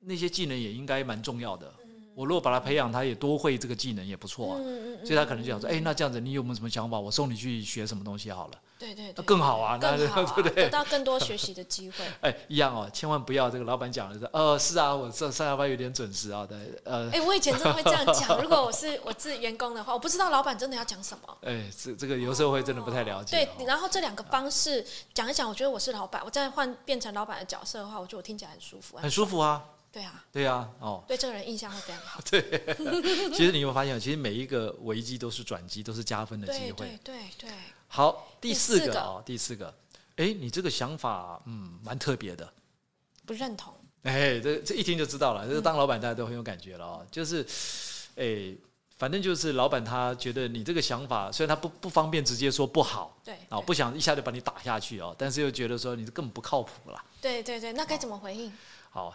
Speaker 4: 那些技能也应该蛮重要的。我如果把他培养，他也多会这个技能也不错啊。
Speaker 3: 嗯嗯嗯，
Speaker 4: 所以他可能就想说，诶，那这样子你有没有什么想法？我送你去学什么东西好了，
Speaker 3: 对对
Speaker 4: 那
Speaker 3: 对，
Speaker 4: 更好啊， (laughs) 那
Speaker 3: 更好、啊，
Speaker 4: 对不
Speaker 3: 得
Speaker 4: 对？
Speaker 3: 到更多学习的机会。
Speaker 4: 哎，一样哦，千万不要这个老板讲的是，呃，是啊，我上上下班有点准时啊，对，呃，
Speaker 3: 哎、我以前真的会这样讲，如果我是我是员工的话，我不知道老板真的要讲什么。
Speaker 4: 哎，这这个有时候会真的不太了解哦。
Speaker 3: 对，然后这两个方式讲一讲，我觉得我是老板，我再换变成老板的角色的话，我觉得我听起来很舒服。
Speaker 4: 很舒服啊，
Speaker 3: 对啊，
Speaker 4: 对啊，哦，
Speaker 3: 对这个人印象会非常好。
Speaker 4: (laughs)
Speaker 3: 嗯
Speaker 4: 其实你有没有发现，其实每一个危机都是转机，都是加分的机
Speaker 3: 对
Speaker 4: 会
Speaker 3: 对。对对，
Speaker 4: (laughs) 好，第四
Speaker 3: 第四
Speaker 4: 个
Speaker 3: 个
Speaker 4: 啊、哦，第四个，哎，你这个想法，嗯，蛮特别的。
Speaker 3: 不认同。
Speaker 4: 哎，这这一听就知道了，这个
Speaker 3: 嗯
Speaker 4: 当老板大家都很有感觉了哦。就是，哎，反正就是老板他觉得你这个想法，虽然他不不方便直接说不好
Speaker 3: 对
Speaker 4: 啊，不想一下就把你打下去哦，但是又觉得说你根本不靠谱啦。
Speaker 3: 对对对，那该怎么回应？
Speaker 4: 好，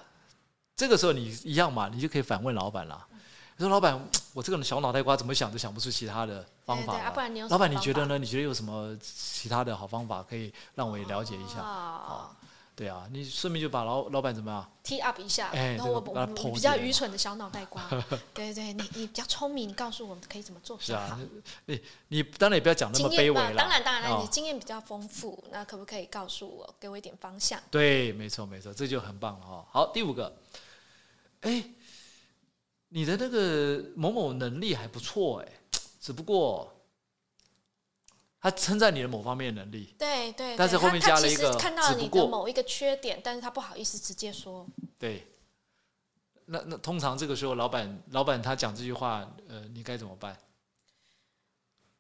Speaker 4: 这个时候你一样嘛，你就可以反问老板啦。
Speaker 3: 嗯
Speaker 4: 你说老板，我这个小脑袋瓜怎么想都想不出其他的方法
Speaker 3: 对对啊
Speaker 4: 了。
Speaker 3: 不然你有什么
Speaker 4: 老板，你
Speaker 3: 方
Speaker 4: 觉得
Speaker 3: 法
Speaker 4: 呢？你觉得有什么其他的好方法可以让我也了解一下？
Speaker 3: 哦，
Speaker 4: 对啊，你顺便就把老老板怎么样？
Speaker 3: t up 一下，
Speaker 4: 哎
Speaker 3: 然后我
Speaker 4: 这个把它
Speaker 3: 我
Speaker 4: 剖
Speaker 3: 比
Speaker 4: 起
Speaker 3: 较
Speaker 4: 来
Speaker 3: 愚蠢的小脑袋瓜，
Speaker 4: (laughs)
Speaker 3: 对对，你你比较聪明，告诉我们可以怎么做比
Speaker 4: 是
Speaker 3: 较好
Speaker 4: 啊。，你你当然也不要讲那
Speaker 3: 经
Speaker 4: 么卑微
Speaker 3: 验吧
Speaker 4: 啦。，
Speaker 3: 当然当然，
Speaker 4: 哦
Speaker 3: 你经验比较丰富，那可不可以告诉我，给我一点方向？
Speaker 4: 对，没错没错，这就很棒了哈、哦。好，第五个，哎，你的那个某某能力还不错哎，只不过他称赞你的某方面的能力，
Speaker 3: 对对，
Speaker 4: 但
Speaker 3: 对
Speaker 4: 是后
Speaker 3: 他
Speaker 4: 面
Speaker 3: 他
Speaker 4: 加了
Speaker 3: 其
Speaker 4: 一
Speaker 3: 实
Speaker 4: 个
Speaker 3: 看到
Speaker 4: 只
Speaker 3: 了
Speaker 4: 不
Speaker 3: 你
Speaker 4: 过
Speaker 3: 的某一个缺点，但是他不好意思直接说，
Speaker 4: 对。那那通常这个时候，老板老板他讲这句话，呃，你该怎么办？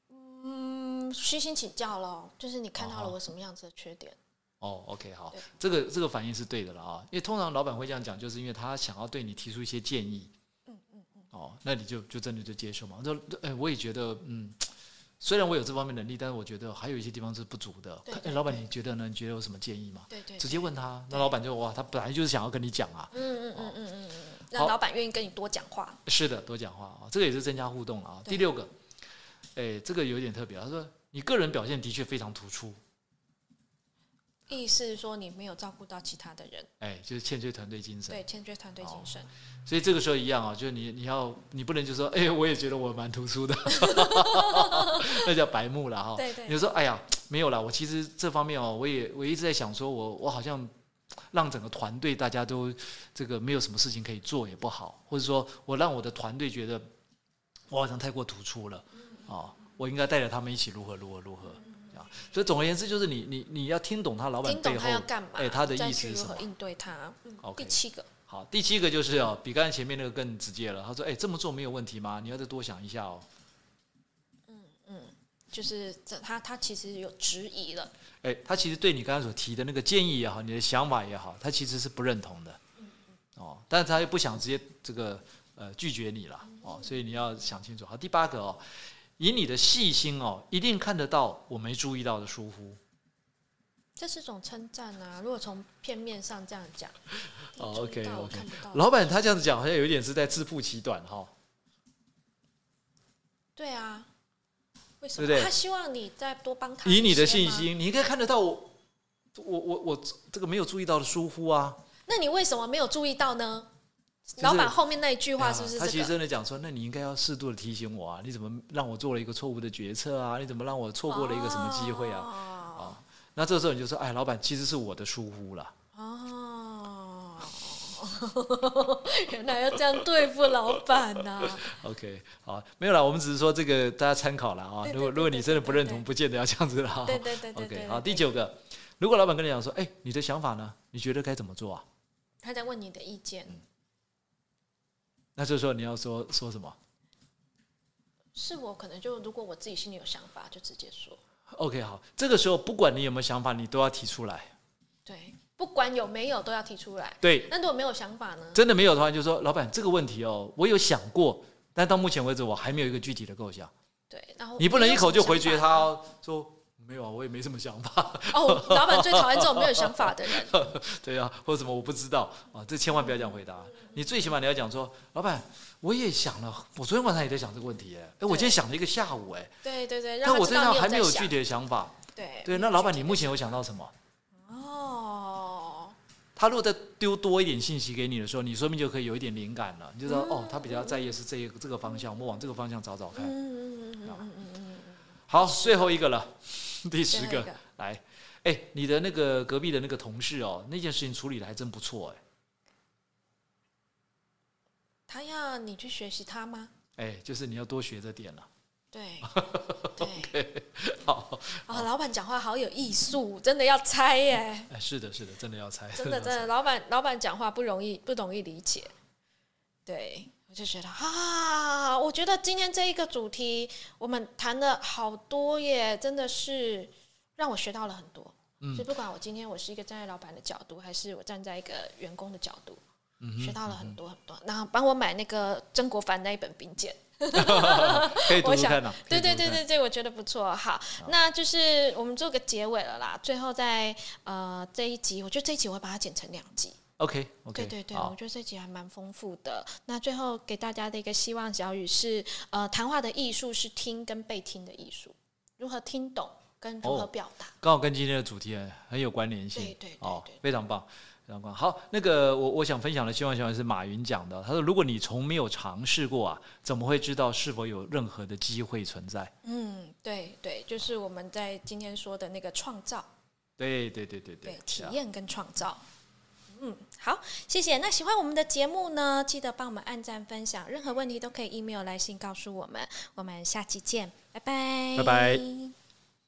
Speaker 3: 嗯，虚心请教咯，就是你看到了
Speaker 4: 哦
Speaker 3: 我什么样子的缺点，
Speaker 4: 哦，OK，好
Speaker 3: 对，
Speaker 4: 这个这个反应是对的了啊，因为通常老板会这样讲，就是因为他想要对你提出一些建议。嗯嗯嗯。哦，那你就就真的就接受嘛。那哎，我也觉得，嗯，虽然我有这方面能力，但是我觉得还有一些地方是不足的。
Speaker 3: 对
Speaker 4: 看
Speaker 3: 对
Speaker 4: 哎，老板，
Speaker 3: 对
Speaker 4: 你觉得呢？你觉得有什么建议吗？
Speaker 3: 对对，
Speaker 4: 直
Speaker 3: 对
Speaker 4: 接问他，那老板就哇，他本来就是想要跟你讲啊。
Speaker 3: 嗯嗯嗯嗯嗯嗯，让
Speaker 4: 好
Speaker 3: 老板愿意跟你多讲话，
Speaker 4: 是的，多讲话啊，这个也是增加互动了啊。
Speaker 3: 对
Speaker 4: 第六个，哎，这个有点特别啊，他说你个人表现的确非常突出，
Speaker 3: 意思是说你没有照顾到其他的人，
Speaker 4: 哎，就是欠缺团队精神。
Speaker 3: 对，欠缺团队精神。
Speaker 4: 所以这个时候一样啊，就是你你要你不能就说，哎、我也觉得我蛮突出的， (laughs) 那叫白目了哈。
Speaker 3: 对对
Speaker 4: 你就说，哎呀，没有啦，我其实这方面哦，我也我一直在想说我，我好像让整个团队大家都这个没有什么事情可以做也不好，或者说我让我的团队觉得我好像太过突出了
Speaker 3: 嗯
Speaker 4: 啊、我应该带着他们一起如何如何如何。啊。所以总而言之，就是你你你要听懂他老板
Speaker 3: 听
Speaker 4: 背
Speaker 3: 懂
Speaker 4: 后
Speaker 3: 他要干嘛，
Speaker 4: 哎他的
Speaker 3: 再
Speaker 4: 意思
Speaker 3: 去
Speaker 4: 是
Speaker 3: 如
Speaker 4: 什么
Speaker 3: 何。应对他。嗯
Speaker 4: OK
Speaker 3: 第七个，
Speaker 4: 好，第七个就是哦，比刚才前面那个更直接了。他说：“哎，这么做没有问题吗？你要再多想一下哦。
Speaker 3: 就是这他他其实有质疑了，”
Speaker 4: 哎，他其实对你刚才所提的那个建议也好，你的想法也好，他其实是不认同的。哦，但是他又不想直接这个呃拒绝你了哦，所以你要想清楚。好，第八个哦，以你的细心哦，一定看得到我没注意到的疏忽。
Speaker 3: 这是种称赞啊。如果从片面上这样讲，
Speaker 4: 哦
Speaker 3: 你注意
Speaker 4: ，OK
Speaker 3: 到我
Speaker 4: OK
Speaker 3: 看不到。
Speaker 4: 老板他这样子讲，好像有一点是在自曝其短哈、
Speaker 3: 对啊，为什么？
Speaker 4: 对不对
Speaker 3: 他希望你再多帮他一些
Speaker 4: 以
Speaker 3: 吗。
Speaker 4: 你的信心，你应该看得到我我我我这个没有注意到的疏忽啊。
Speaker 3: 那你为什么没有注意到呢？
Speaker 4: 是
Speaker 3: 老板后面那一句话是不是
Speaker 4: 啊他其实
Speaker 3: 这个？
Speaker 4: 真的讲说，那你应该要适度的提醒我啊，你怎么让我做了一个错误的决策啊？你怎么让我错过了一个什么机会啊？
Speaker 3: 啊？
Speaker 4: 那这时候你就说，哎，老板，其实是我的疏忽了。
Speaker 3: 哦， (laughs) 原来要这样对付老板啊呐、
Speaker 4: OK，好，没有啦，我们只是说这个大家参考了啊
Speaker 3: 对。对
Speaker 4: 如果
Speaker 3: 对
Speaker 4: 如果你真的不认
Speaker 3: 对对
Speaker 4: 同，
Speaker 3: 对
Speaker 4: 不见得要这样子啦。哦
Speaker 3: 对对对对对
Speaker 4: OK，好，
Speaker 3: 对
Speaker 4: 第九个，如果老板跟你讲说，哎，你的想法呢？你觉得该怎么做啊？
Speaker 3: 他在问你的
Speaker 4: 嗯
Speaker 3: 意见，
Speaker 4: 那这时候你要说说什么？
Speaker 3: 是我可能就如果我自己心里有想法，就直接说。
Speaker 4: OK，好，这个时候不管你有没有想法，你都要提出来。
Speaker 3: 对，不管有没有都要提出来。
Speaker 4: 对，
Speaker 3: 那如果没有想法呢？
Speaker 4: 真的没有的话，你就说老板这个问题哦，我有想过，但到目前为止我还没有一个具体的构想。
Speaker 3: 哦对，然后
Speaker 4: 你不能一口就回绝他
Speaker 3: 哦。
Speaker 4: 哦，说没有啊，我也没什么想法。 (laughs)
Speaker 3: 哦，老板最讨厌这种没有想法的人。
Speaker 4: 对啊，或者什么我不知道啊，这千万不要讲回答。你最起码你要讲说，老板，我也想了，我昨天晚上也在想这个问题耶，哎，我今天想了一个下午，哎，
Speaker 3: 对对对，让
Speaker 4: 但
Speaker 3: 他
Speaker 4: 我
Speaker 3: 知
Speaker 4: 身
Speaker 3: 道
Speaker 4: 上
Speaker 3: 你
Speaker 4: 还没
Speaker 3: 在
Speaker 4: 有
Speaker 3: 想
Speaker 4: 具体的想法。
Speaker 3: 对
Speaker 4: 对，那老板，你目前有想到什么？
Speaker 3: 哦，
Speaker 4: 他如果再丢多一点信息给你的时候，你说不定就可以有一点灵感了，你就知道
Speaker 3: 嗯
Speaker 4: 哦，他比较在意的是这一个这个方向，我们往这个方向找找看。
Speaker 3: 嗯嗯嗯嗯嗯嗯嗯，
Speaker 4: 好，最后一个
Speaker 3: (laughs)
Speaker 4: 了，第十
Speaker 3: 最后
Speaker 4: 个
Speaker 3: 一个，
Speaker 4: 来，哎，你的那个隔壁的那个同事哦，那件事情处理的还真不错，
Speaker 3: 他要你去学习他吗？
Speaker 4: 哎，哎，就是你要多学着点了。
Speaker 3: 对对，
Speaker 4: 好，
Speaker 3: 啊，老板讲话好有艺术，真的要猜耶，
Speaker 4: 哎，是的，是的，真的要猜，
Speaker 3: 真的真
Speaker 4: 要猜
Speaker 3: 的，老板老板讲话不容易，不容易理解。对，我就觉得啊，我觉得今天这一个主题我们谈的好多耶，真的是让我学到了很多。
Speaker 4: 嗯
Speaker 3: 所以不管我今天我是一个站在老板的角度，还是我站在一个员工的角度，
Speaker 4: 嗯哼
Speaker 3: 学到了很多很多。然后帮我买那个曾国藩那一本《兵谏》。
Speaker 4: 可以读
Speaker 3: 我
Speaker 4: 读
Speaker 3: 想
Speaker 4: 看呐、可以
Speaker 3: 对对
Speaker 4: 读读
Speaker 3: 对
Speaker 4: 看
Speaker 3: 对对，我觉得不错。好，那就是我们做个结尾了啦。最后在呃这一集，我觉得这一集我会把它剪成两集。
Speaker 4: ，OK OK，
Speaker 3: 对对对，我
Speaker 4: 好，
Speaker 3: 觉得这集还蛮丰富的。那最后给大家的一个希望小语是：呃，谈话的艺术是听跟被听的艺术，如何听懂跟如何
Speaker 4: 哦
Speaker 3: 表达。
Speaker 4: 刚好跟今天的主题很很有关联性，
Speaker 3: 对对对
Speaker 4: 哦
Speaker 3: 对，
Speaker 4: 非常棒，非常棒。好，那个我我想分享的，希望希望是马云讲的，他说如果你从没有尝试过啊，怎么会知道是否有任何的机会存在？
Speaker 3: 嗯，对对，就是我们在今天说的那个创造。
Speaker 4: 对对对对
Speaker 3: 对，体
Speaker 4: 是啊
Speaker 3: 验跟创造。嗯，好，谢谢。那喜欢我们的节目呢，记得帮我们按赞、分享，任何问题都可以 email 来信告诉我们。我们下期见，拜拜，
Speaker 4: 拜拜。